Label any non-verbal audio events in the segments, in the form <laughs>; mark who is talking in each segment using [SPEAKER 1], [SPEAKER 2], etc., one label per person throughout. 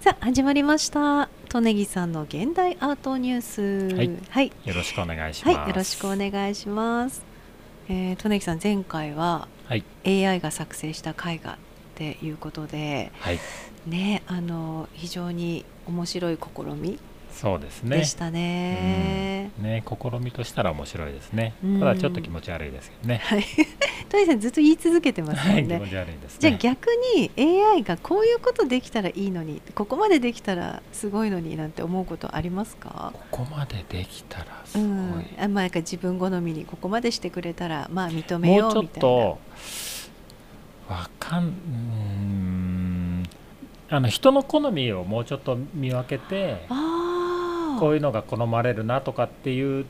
[SPEAKER 1] さあ始まりました。とねぎさんの現代アートニュース。
[SPEAKER 2] はい
[SPEAKER 1] はい、
[SPEAKER 2] よろしくお願いし
[SPEAKER 1] は
[SPEAKER 2] ま
[SPEAKER 1] い
[SPEAKER 2] す。
[SPEAKER 1] よろしくお願いします。えー、とねぎさん前回は
[SPEAKER 2] はい
[SPEAKER 1] AI が作成した絵画っていうことで
[SPEAKER 2] はい、
[SPEAKER 1] ねあの非常に面白い試み
[SPEAKER 2] そうですね。
[SPEAKER 1] でしたね。
[SPEAKER 2] うんね、試みとしたら面白いですね。
[SPEAKER 1] うん
[SPEAKER 2] ただちょっと気持ち悪いですけどね。
[SPEAKER 1] はい。とねぎさんずっと言い続けてます
[SPEAKER 2] は
[SPEAKER 1] も
[SPEAKER 2] い、
[SPEAKER 1] ん
[SPEAKER 2] 気
[SPEAKER 1] ね。
[SPEAKER 2] 持ち悪いですね。
[SPEAKER 1] じゃあ逆に AI がこういうことできたらいいのにここまでできたらすごいのになんて思うことありますか
[SPEAKER 2] ここまでできたらす
[SPEAKER 1] う
[SPEAKER 2] ごい。
[SPEAKER 1] ん、あまあなんか自分好みにここまでしてくれたらまあ認めよ
[SPEAKER 2] もうち
[SPEAKER 1] う
[SPEAKER 2] ょっ
[SPEAKER 1] みたいな
[SPEAKER 2] とわかんうーんあの人の好みをもうちょっと見分けて
[SPEAKER 1] あ
[SPEAKER 2] こ
[SPEAKER 1] ー
[SPEAKER 2] ういうのが好まれるなとかっていう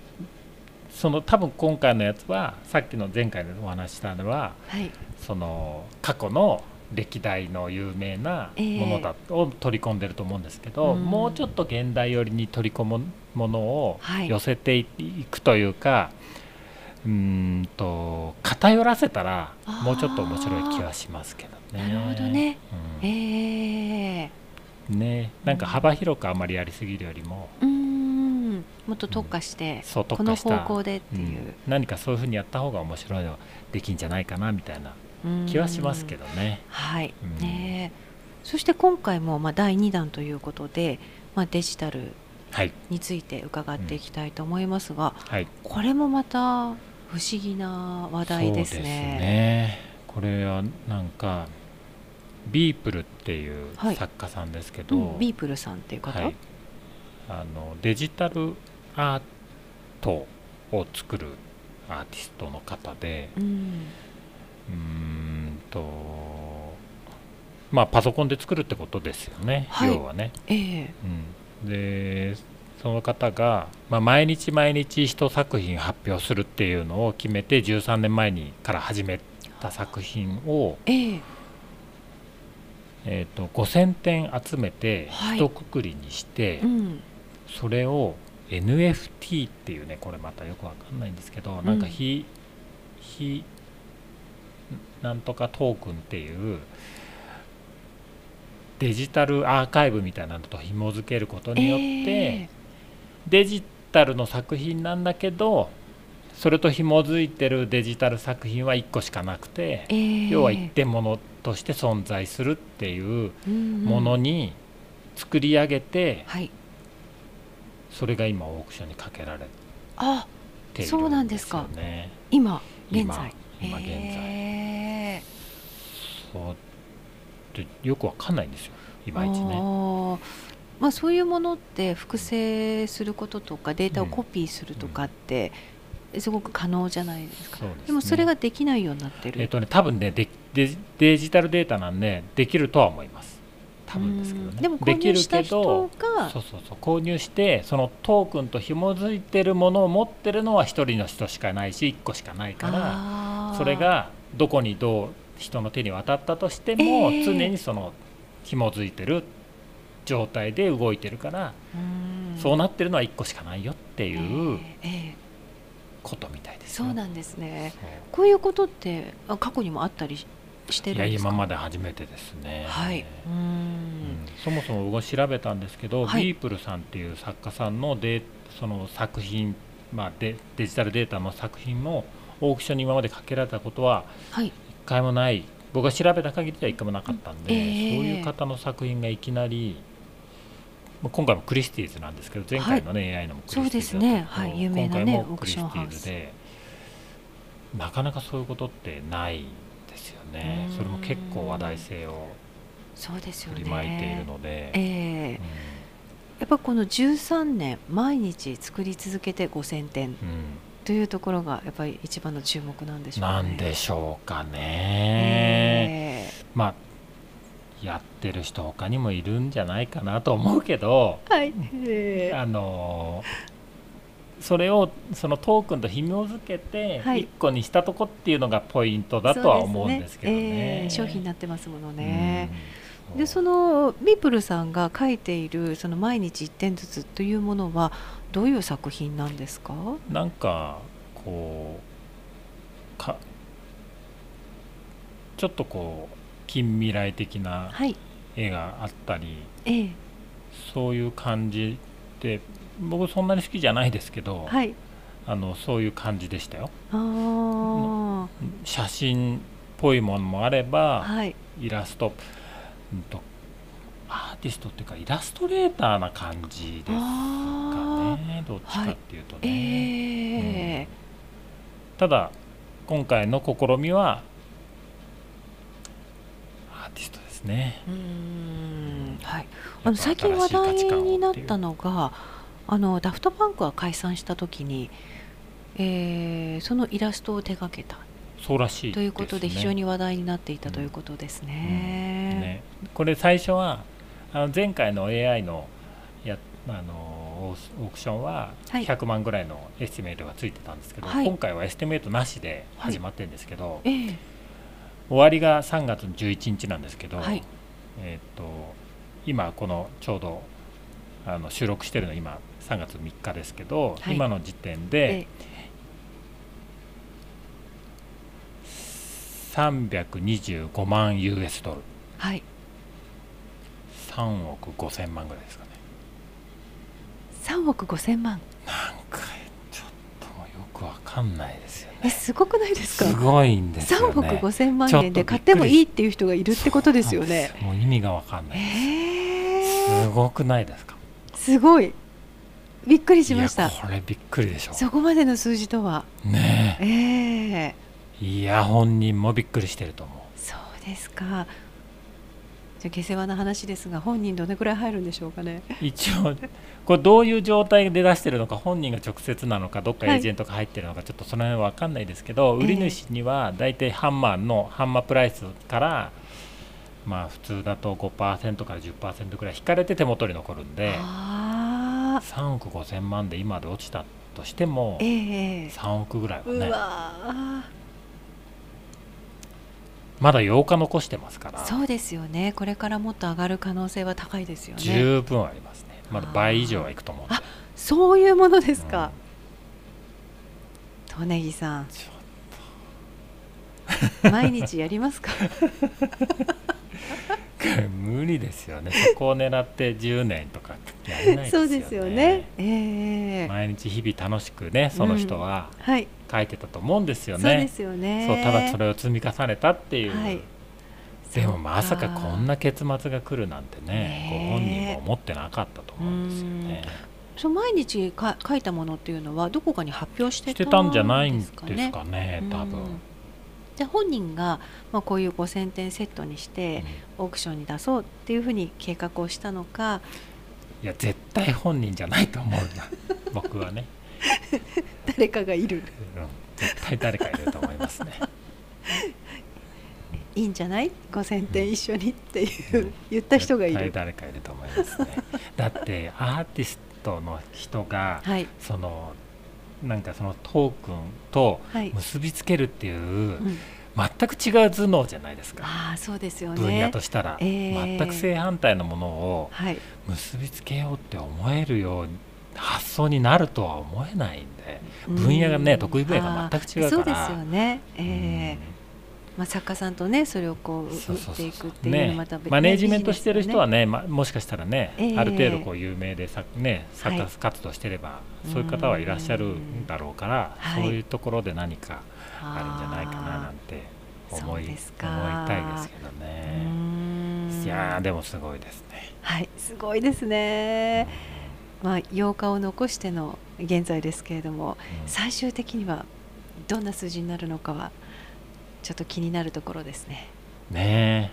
[SPEAKER 2] その多分今回のやつはさっきの前回のお話ししたのは
[SPEAKER 1] はい
[SPEAKER 2] その過去の歴代の有名なものだ、を取り込んでると思うんですけど、
[SPEAKER 1] うん
[SPEAKER 2] もうちょっと現代寄りに取り込むものを
[SPEAKER 1] はい
[SPEAKER 2] 寄せていくというか、うーんと偏らせたら
[SPEAKER 1] あー
[SPEAKER 2] もうちょっと面白い気はしますけどね。
[SPEAKER 1] なるほどね
[SPEAKER 2] うん
[SPEAKER 1] ええ
[SPEAKER 2] ねなんか幅広くあまりやりすぎるよりも
[SPEAKER 1] うーんもっと特化して、
[SPEAKER 2] そう
[SPEAKER 1] こ
[SPEAKER 2] 特
[SPEAKER 1] の
[SPEAKER 2] 化し
[SPEAKER 1] 方
[SPEAKER 2] た、
[SPEAKER 1] 向でって
[SPEAKER 2] う
[SPEAKER 1] い
[SPEAKER 2] ん
[SPEAKER 1] う、
[SPEAKER 2] 何かそういうふうにやった方が面白いのできんじゃないかなみたいな
[SPEAKER 1] うん
[SPEAKER 2] 気はしますけどね。
[SPEAKER 1] はい、
[SPEAKER 2] うん
[SPEAKER 1] ねえそして今回もまあ第2弾ということで、まあ、デジタル
[SPEAKER 2] はい、
[SPEAKER 1] について伺っていきたいと思いますが、
[SPEAKER 2] はい
[SPEAKER 1] これもまた不思議な話題です
[SPEAKER 2] そうです
[SPEAKER 1] ね。
[SPEAKER 2] ねこれはなんかビープルっていう
[SPEAKER 1] はい
[SPEAKER 2] 作家さんですけ
[SPEAKER 1] う
[SPEAKER 2] ど、
[SPEAKER 1] ん、ビープルさんっていう方、
[SPEAKER 2] はい、あのデジタルアートを作るアーティストの方で
[SPEAKER 1] うん、
[SPEAKER 2] うーんとまあパソコンで作るってことですよね、
[SPEAKER 1] はい
[SPEAKER 2] 要はね。
[SPEAKER 1] ええ
[SPEAKER 2] うん、でその方が、まあ、毎日毎日一作品発表するっていうのを決めて13年前にから始めた作品を、
[SPEAKER 1] ええ
[SPEAKER 2] えー、と5,000点集めて
[SPEAKER 1] はい
[SPEAKER 2] 一括りにして、
[SPEAKER 1] うん、
[SPEAKER 2] それを NFT っていうねこれまたよくわかんないんですけど、なんか
[SPEAKER 1] うん
[SPEAKER 2] 非非なんとかトークンっていうデジタルアーカイブみたいなのと紐付けることによって、
[SPEAKER 1] ええ
[SPEAKER 2] デジタルの作品なんだけどそれと紐づいてるデジタル作品は1個しかなくて、
[SPEAKER 1] ええ
[SPEAKER 2] 要は一点物として存在するっていう
[SPEAKER 1] も
[SPEAKER 2] ものに作り上げて、
[SPEAKER 1] はい、
[SPEAKER 2] それが今オークションにかけられ
[SPEAKER 1] あ
[SPEAKER 2] ているんですよね。
[SPEAKER 1] そうなんですか今現在
[SPEAKER 2] 今今現在、
[SPEAKER 1] ええ
[SPEAKER 2] そうでよくわかんないんですよいまいちね。
[SPEAKER 1] ああまあ、そういうものって複製することとかデータをコピーするとかってすごく可能じゃないですか、
[SPEAKER 2] そうですね
[SPEAKER 1] でもそれができないようになってる、
[SPEAKER 2] えっ、とね多分ねでデジデジタルデータなんでできるとは思います。多分ですけど
[SPEAKER 1] う
[SPEAKER 2] ね。
[SPEAKER 1] んでも
[SPEAKER 2] で
[SPEAKER 1] 購
[SPEAKER 2] き
[SPEAKER 1] 入
[SPEAKER 2] る
[SPEAKER 1] した
[SPEAKER 2] けど
[SPEAKER 1] 人が
[SPEAKER 2] そうそうそう購入してそのトークンと紐づいてるものを持ってるのは1人の人しかないし1個しかないか
[SPEAKER 1] あ
[SPEAKER 2] ら
[SPEAKER 1] ー
[SPEAKER 2] それがどこにどう人の手に渡ったとしても
[SPEAKER 1] えー
[SPEAKER 2] 常にその紐づいてる状態で動いてるから
[SPEAKER 1] うん
[SPEAKER 2] そうなってるのは1個しかないよっていう
[SPEAKER 1] ええええ
[SPEAKER 2] ことみたいですよ
[SPEAKER 1] そうなんですね
[SPEAKER 2] そう
[SPEAKER 1] こういうことってあ過去にもあったりしして
[SPEAKER 2] い
[SPEAKER 1] る
[SPEAKER 2] や
[SPEAKER 1] んですか
[SPEAKER 2] 今まで初めてですね。
[SPEAKER 1] はい、うー
[SPEAKER 2] うんんそもそも僕調べたんですけど、
[SPEAKER 1] はい
[SPEAKER 2] ビープルさんっていう作家さんのデその作品、まあ、デデジタルデータの作品もオークションに今までかけられたことは
[SPEAKER 1] はい
[SPEAKER 2] 一回もない僕が調べた限りでは一回もなかったんで、
[SPEAKER 1] ええ
[SPEAKER 2] そういう方の作品がいきなり、まあ、今回もクリスティーズなんですけど前回の、ね AI のもクリスティーズだったけ
[SPEAKER 1] そう
[SPEAKER 2] ど
[SPEAKER 1] ですねはい有名なね
[SPEAKER 2] 今回もクリスティ
[SPEAKER 1] オーク
[SPEAKER 2] ー
[SPEAKER 1] ション
[SPEAKER 2] ズでなかなかそういうことってないですよね
[SPEAKER 1] うん
[SPEAKER 2] それも結構話題性を
[SPEAKER 1] そうですよ
[SPEAKER 2] 振
[SPEAKER 1] ね
[SPEAKER 2] りまいているので。
[SPEAKER 1] ええ
[SPEAKER 2] うん
[SPEAKER 1] やっぱこの13年毎日作り続けて5000点
[SPEAKER 2] う
[SPEAKER 1] というところがやっぱり一番の注目なんでし
[SPEAKER 2] ん、
[SPEAKER 1] ょうね
[SPEAKER 2] なんでしょうかね、
[SPEAKER 1] ええ
[SPEAKER 2] まあやってる人他にもいるんじゃないかなと思うけど
[SPEAKER 1] はいええ
[SPEAKER 2] あのそれをそのトークンと紐づけて
[SPEAKER 1] はい
[SPEAKER 2] 1個にしたとこっていうのがポイントだとは思うんですけど
[SPEAKER 1] そうですねえ
[SPEAKER 2] ね
[SPEAKER 1] え。商品になってますものね、
[SPEAKER 2] うん
[SPEAKER 1] でそのビープルさんが書いているその毎日1点ずつというものはどういう作品なんですか？
[SPEAKER 2] なんかこうかちょっとこう近未来的な
[SPEAKER 1] はい。
[SPEAKER 2] 絵があったり
[SPEAKER 1] ええ
[SPEAKER 2] そういう感じで僕そんなに好きじゃないですけど、
[SPEAKER 1] はい
[SPEAKER 2] あのそういう感じでしたよ
[SPEAKER 1] あ
[SPEAKER 2] 写真っぽいものもあれ
[SPEAKER 1] あ
[SPEAKER 2] ば、
[SPEAKER 1] はい
[SPEAKER 2] イラスト、うん、とアーティストっていうかイラストレーターな感じですか
[SPEAKER 1] あ
[SPEAKER 2] ねどっちかっていうとね、
[SPEAKER 1] あええ
[SPEAKER 2] ただ今回の試みはアーティストですね
[SPEAKER 1] うーんはいあ
[SPEAKER 2] やっ
[SPEAKER 1] の
[SPEAKER 2] ぱ
[SPEAKER 1] 最近
[SPEAKER 2] 新
[SPEAKER 1] 話
[SPEAKER 2] しい価値
[SPEAKER 1] 題
[SPEAKER 2] 観を
[SPEAKER 1] になっ
[SPEAKER 2] っていう
[SPEAKER 1] たのがあのダフトパンクが解散した時に、えーそのイラストを手掛けた
[SPEAKER 2] そうらしい
[SPEAKER 1] ということで
[SPEAKER 2] です
[SPEAKER 1] 非
[SPEAKER 2] ね
[SPEAKER 1] 常に話題になっていたということですね。
[SPEAKER 2] ね、これ最初はあの前回の AI のやあのオースオークションは
[SPEAKER 1] はい
[SPEAKER 2] 100万ぐらいのエスティメイトがついてたんですけど、
[SPEAKER 1] はい
[SPEAKER 2] 今回はエスティメイトなしで始まってるんですけど、
[SPEAKER 1] ええ
[SPEAKER 2] 終わりが3月の11日なんですけど、
[SPEAKER 1] はい
[SPEAKER 2] えーっと今このちょうどあの収録してるの今3月3日ですけど、
[SPEAKER 1] はい
[SPEAKER 2] 今の時点
[SPEAKER 1] え
[SPEAKER 2] で325万 US ドル
[SPEAKER 1] はい
[SPEAKER 2] 3億5000万ぐらいですかね。
[SPEAKER 1] 3億5千万
[SPEAKER 2] なんかちょっともうよくわかんないですよね。
[SPEAKER 1] えすごくないですか
[SPEAKER 2] すごいんです
[SPEAKER 1] 3
[SPEAKER 2] よ
[SPEAKER 1] 億
[SPEAKER 2] ね。
[SPEAKER 1] 5千万
[SPEAKER 2] ちょっと
[SPEAKER 1] 円で買っ
[SPEAKER 2] び
[SPEAKER 1] て
[SPEAKER 2] っく
[SPEAKER 1] も
[SPEAKER 2] り
[SPEAKER 1] いいっていう人がいるってことですよね。
[SPEAKER 2] もう意味がわかんない。
[SPEAKER 1] え
[SPEAKER 2] す
[SPEAKER 1] ー、
[SPEAKER 2] ごくないですか。
[SPEAKER 1] すごいびっくりしまし
[SPEAKER 2] いや
[SPEAKER 1] た
[SPEAKER 2] これびっくりでしょ。
[SPEAKER 1] そこまでの数字とは
[SPEAKER 2] ね
[SPEAKER 1] ええ
[SPEAKER 2] え。いや本人もびっくりしてると思う。
[SPEAKER 1] そうですかじゃあ下世話な話ですが本人どれくらい入るんでしょうかね
[SPEAKER 2] 一応これどういう状態で出してるのか本人が直接なのかどっかエ
[SPEAKER 1] はい
[SPEAKER 2] ージェントが入ってるのかちょっとその辺わかんないですけど、
[SPEAKER 1] ええ
[SPEAKER 2] 売り主には大体ハンマーのハンマープライスからまあ普通だと5%から10%くらい引かれて手元に残るんで
[SPEAKER 1] ああ
[SPEAKER 2] 3億5000万で今で落ちたとしても
[SPEAKER 1] ええ
[SPEAKER 2] 3億ぐらいは
[SPEAKER 1] う
[SPEAKER 2] ね
[SPEAKER 1] わ
[SPEAKER 2] まだ8日残してますから
[SPEAKER 1] ーそうですよねこれからもっと上がる可能性は高いですよね
[SPEAKER 2] 十分ありますねまだ倍以上はいくと思うんで
[SPEAKER 1] あそういうもので
[SPEAKER 2] です
[SPEAKER 1] か、トネギさん
[SPEAKER 2] ち
[SPEAKER 1] <laughs>
[SPEAKER 2] ょ
[SPEAKER 1] 毎日やりますか
[SPEAKER 2] 無理ですよねそこを狙って10年とかやれないですよね
[SPEAKER 1] そうですよねええ
[SPEAKER 2] 毎日日々楽しくねその人は
[SPEAKER 1] はい、
[SPEAKER 2] 書いてたと思うんです
[SPEAKER 1] そ
[SPEAKER 2] よ
[SPEAKER 1] う
[SPEAKER 2] ね
[SPEAKER 1] で、すよね
[SPEAKER 2] そうただそれを積み重ねたっていう、
[SPEAKER 1] はい
[SPEAKER 2] で
[SPEAKER 1] そ
[SPEAKER 2] も
[SPEAKER 1] う
[SPEAKER 2] まさかこんな結末が来るなんてね
[SPEAKER 1] ね
[SPEAKER 2] ご本人も思ってなかったと思うんですよね
[SPEAKER 1] その毎日か書いたものっていうのはどこかに発表してた
[SPEAKER 2] してたんじゃないんですか
[SPEAKER 1] です
[SPEAKER 2] ね多分、
[SPEAKER 1] うんじゃあ本人が、まあ、こういう5000点セットにし
[SPEAKER 2] うん
[SPEAKER 1] て
[SPEAKER 2] い
[SPEAKER 1] オークションに出そうっていうふうに計画をしたのか
[SPEAKER 2] や絶対本人じゃないと <laughs> 思うな僕はね、
[SPEAKER 1] 誰かがいる
[SPEAKER 2] うん絶対誰かいると思いま
[SPEAKER 1] <laughs>
[SPEAKER 2] すね
[SPEAKER 1] いいんじゃない5000
[SPEAKER 2] う
[SPEAKER 1] 点
[SPEAKER 2] ん
[SPEAKER 1] 一緒にっていう、
[SPEAKER 2] うん
[SPEAKER 1] 言った人がい
[SPEAKER 2] 絶
[SPEAKER 1] る。
[SPEAKER 2] 対誰かいると思いますねだってアーティストの人が
[SPEAKER 1] はい、
[SPEAKER 2] そのなんかそのトークンと
[SPEAKER 1] はい
[SPEAKER 2] 結びつけるっていう
[SPEAKER 1] うん、
[SPEAKER 2] 全く違う頭脳じゃないですか
[SPEAKER 1] ああそうですよね。
[SPEAKER 2] 分野としたら
[SPEAKER 1] えー
[SPEAKER 2] 全く正反対のものを
[SPEAKER 1] はい、
[SPEAKER 2] 結びつけようって思えるように発想になるとは思えないんで分野がね
[SPEAKER 1] うん
[SPEAKER 2] 得意分野が全く違
[SPEAKER 1] あー
[SPEAKER 2] う
[SPEAKER 1] そう
[SPEAKER 2] か
[SPEAKER 1] です
[SPEAKER 2] ら
[SPEAKER 1] よね、え
[SPEAKER 2] う
[SPEAKER 1] え
[SPEAKER 2] ん
[SPEAKER 1] まあ、作家さんとねそれをこう
[SPEAKER 2] そう
[SPEAKER 1] 打
[SPEAKER 2] そう
[SPEAKER 1] っ
[SPEAKER 2] そ
[SPEAKER 1] て
[SPEAKER 2] う
[SPEAKER 1] い
[SPEAKER 2] そ
[SPEAKER 1] く
[SPEAKER 2] う
[SPEAKER 1] っていうの
[SPEAKER 2] ね
[SPEAKER 1] また別
[SPEAKER 2] マネージメントしてる人は
[SPEAKER 1] ね
[SPEAKER 2] ね、ま、もしかしたらね、
[SPEAKER 1] ええ
[SPEAKER 2] ある程度こう有名でさ、ね、作
[SPEAKER 1] は
[SPEAKER 2] 家
[SPEAKER 1] い
[SPEAKER 2] 活動してれば、そういう方はいらっしゃるんだろうから、
[SPEAKER 1] うん
[SPEAKER 2] そういうところで何かあるんじゃないかななん
[SPEAKER 1] あ
[SPEAKER 2] て
[SPEAKER 1] あー
[SPEAKER 2] 思い
[SPEAKER 1] そう
[SPEAKER 2] 思い
[SPEAKER 1] ですか
[SPEAKER 2] たいですけど
[SPEAKER 1] ーう
[SPEAKER 2] ね。
[SPEAKER 1] ーん
[SPEAKER 2] いやーでもすごいですね。
[SPEAKER 1] はいすごいですね、まあ、8日を残しての現在ですけれども
[SPEAKER 2] うん
[SPEAKER 1] 最終的にはどんな数字になるのかはちょっと気になるところですね。
[SPEAKER 2] ねえ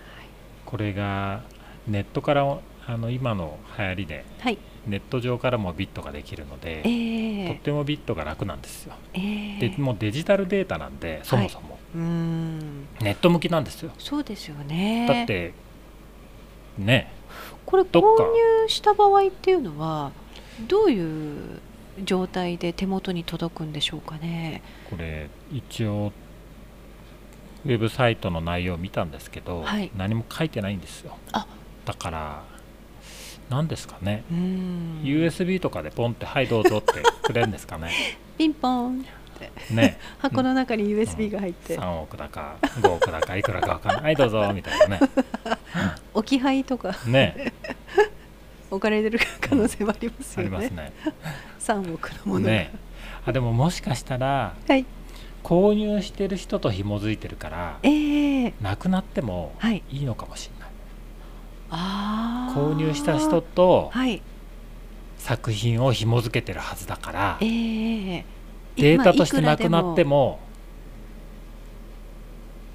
[SPEAKER 2] これがネットからあの今の流行りで
[SPEAKER 1] はい、
[SPEAKER 2] ネット上からもビットができるの
[SPEAKER 1] え
[SPEAKER 2] で、とっ
[SPEAKER 1] ー、
[SPEAKER 2] てもビットが楽なんですよ。
[SPEAKER 1] えー、
[SPEAKER 2] でもうデジタルデータなんでそもそも、
[SPEAKER 1] うーん
[SPEAKER 2] ネット向きなんですよ。
[SPEAKER 1] そうですよね。
[SPEAKER 2] だってね
[SPEAKER 1] これ
[SPEAKER 2] ど
[SPEAKER 1] 購
[SPEAKER 2] っか
[SPEAKER 1] 入した場合っていうのはどういう状態で手元に届くんでしょうかね。
[SPEAKER 2] これ一応ウェブサイトの内容を見たんですけど、
[SPEAKER 1] はい
[SPEAKER 2] 何も書いてないんですよ
[SPEAKER 1] あ
[SPEAKER 2] だから何ですかね、
[SPEAKER 1] うーん
[SPEAKER 2] USB とかでポンって「はいどうぞ」ってくれるんです
[SPEAKER 1] <laughs>
[SPEAKER 2] かね
[SPEAKER 1] ピンポン
[SPEAKER 2] ね
[SPEAKER 1] 箱の中に USB が入って、
[SPEAKER 2] 3億だか5億 <laughs> だかいくらか分かんない「はいどうぞ」みたいなね
[SPEAKER 1] <laughs> 置き配とか
[SPEAKER 2] ね
[SPEAKER 1] 置かれてる可能性もあります
[SPEAKER 2] あり
[SPEAKER 1] よ
[SPEAKER 2] ます
[SPEAKER 1] ね。
[SPEAKER 2] ね。
[SPEAKER 1] 三、億のものが。
[SPEAKER 2] ねあでももしかしたら
[SPEAKER 1] はい。
[SPEAKER 2] 購入してる人と紐づいてるから
[SPEAKER 1] ええ
[SPEAKER 2] なくなっても
[SPEAKER 1] はい。
[SPEAKER 2] いいのかもしれない。
[SPEAKER 1] ああ。
[SPEAKER 2] 購入した人。と
[SPEAKER 1] はい。
[SPEAKER 2] 作品を紐づけてるはずだから
[SPEAKER 1] ええ
[SPEAKER 2] データと
[SPEAKER 1] 今
[SPEAKER 2] してなくなって
[SPEAKER 1] いく
[SPEAKER 2] も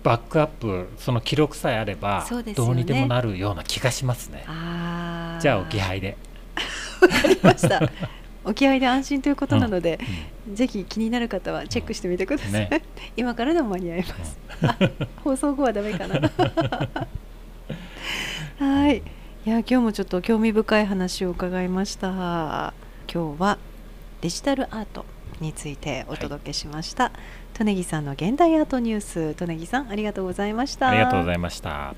[SPEAKER 2] バックアップその記録さえあれば
[SPEAKER 1] そうですよね
[SPEAKER 2] どうにでもなるような気がしますね
[SPEAKER 1] らでも。ああ。
[SPEAKER 2] じゃあ置き配で、
[SPEAKER 1] わかりました。沖合で安心ということなので、ぜひ気になる方はチェックしてみてください。
[SPEAKER 2] ね
[SPEAKER 1] <laughs> 今からでも間に合います。あ放送後はダメか <laughs> な。はい。いや今日もちょっと興味深い話を伺いました。今日はデジタルアートについてお届けしました。利根木さんの現代アートニュース、利根木さんありがとうございました。
[SPEAKER 2] ありがとうございました。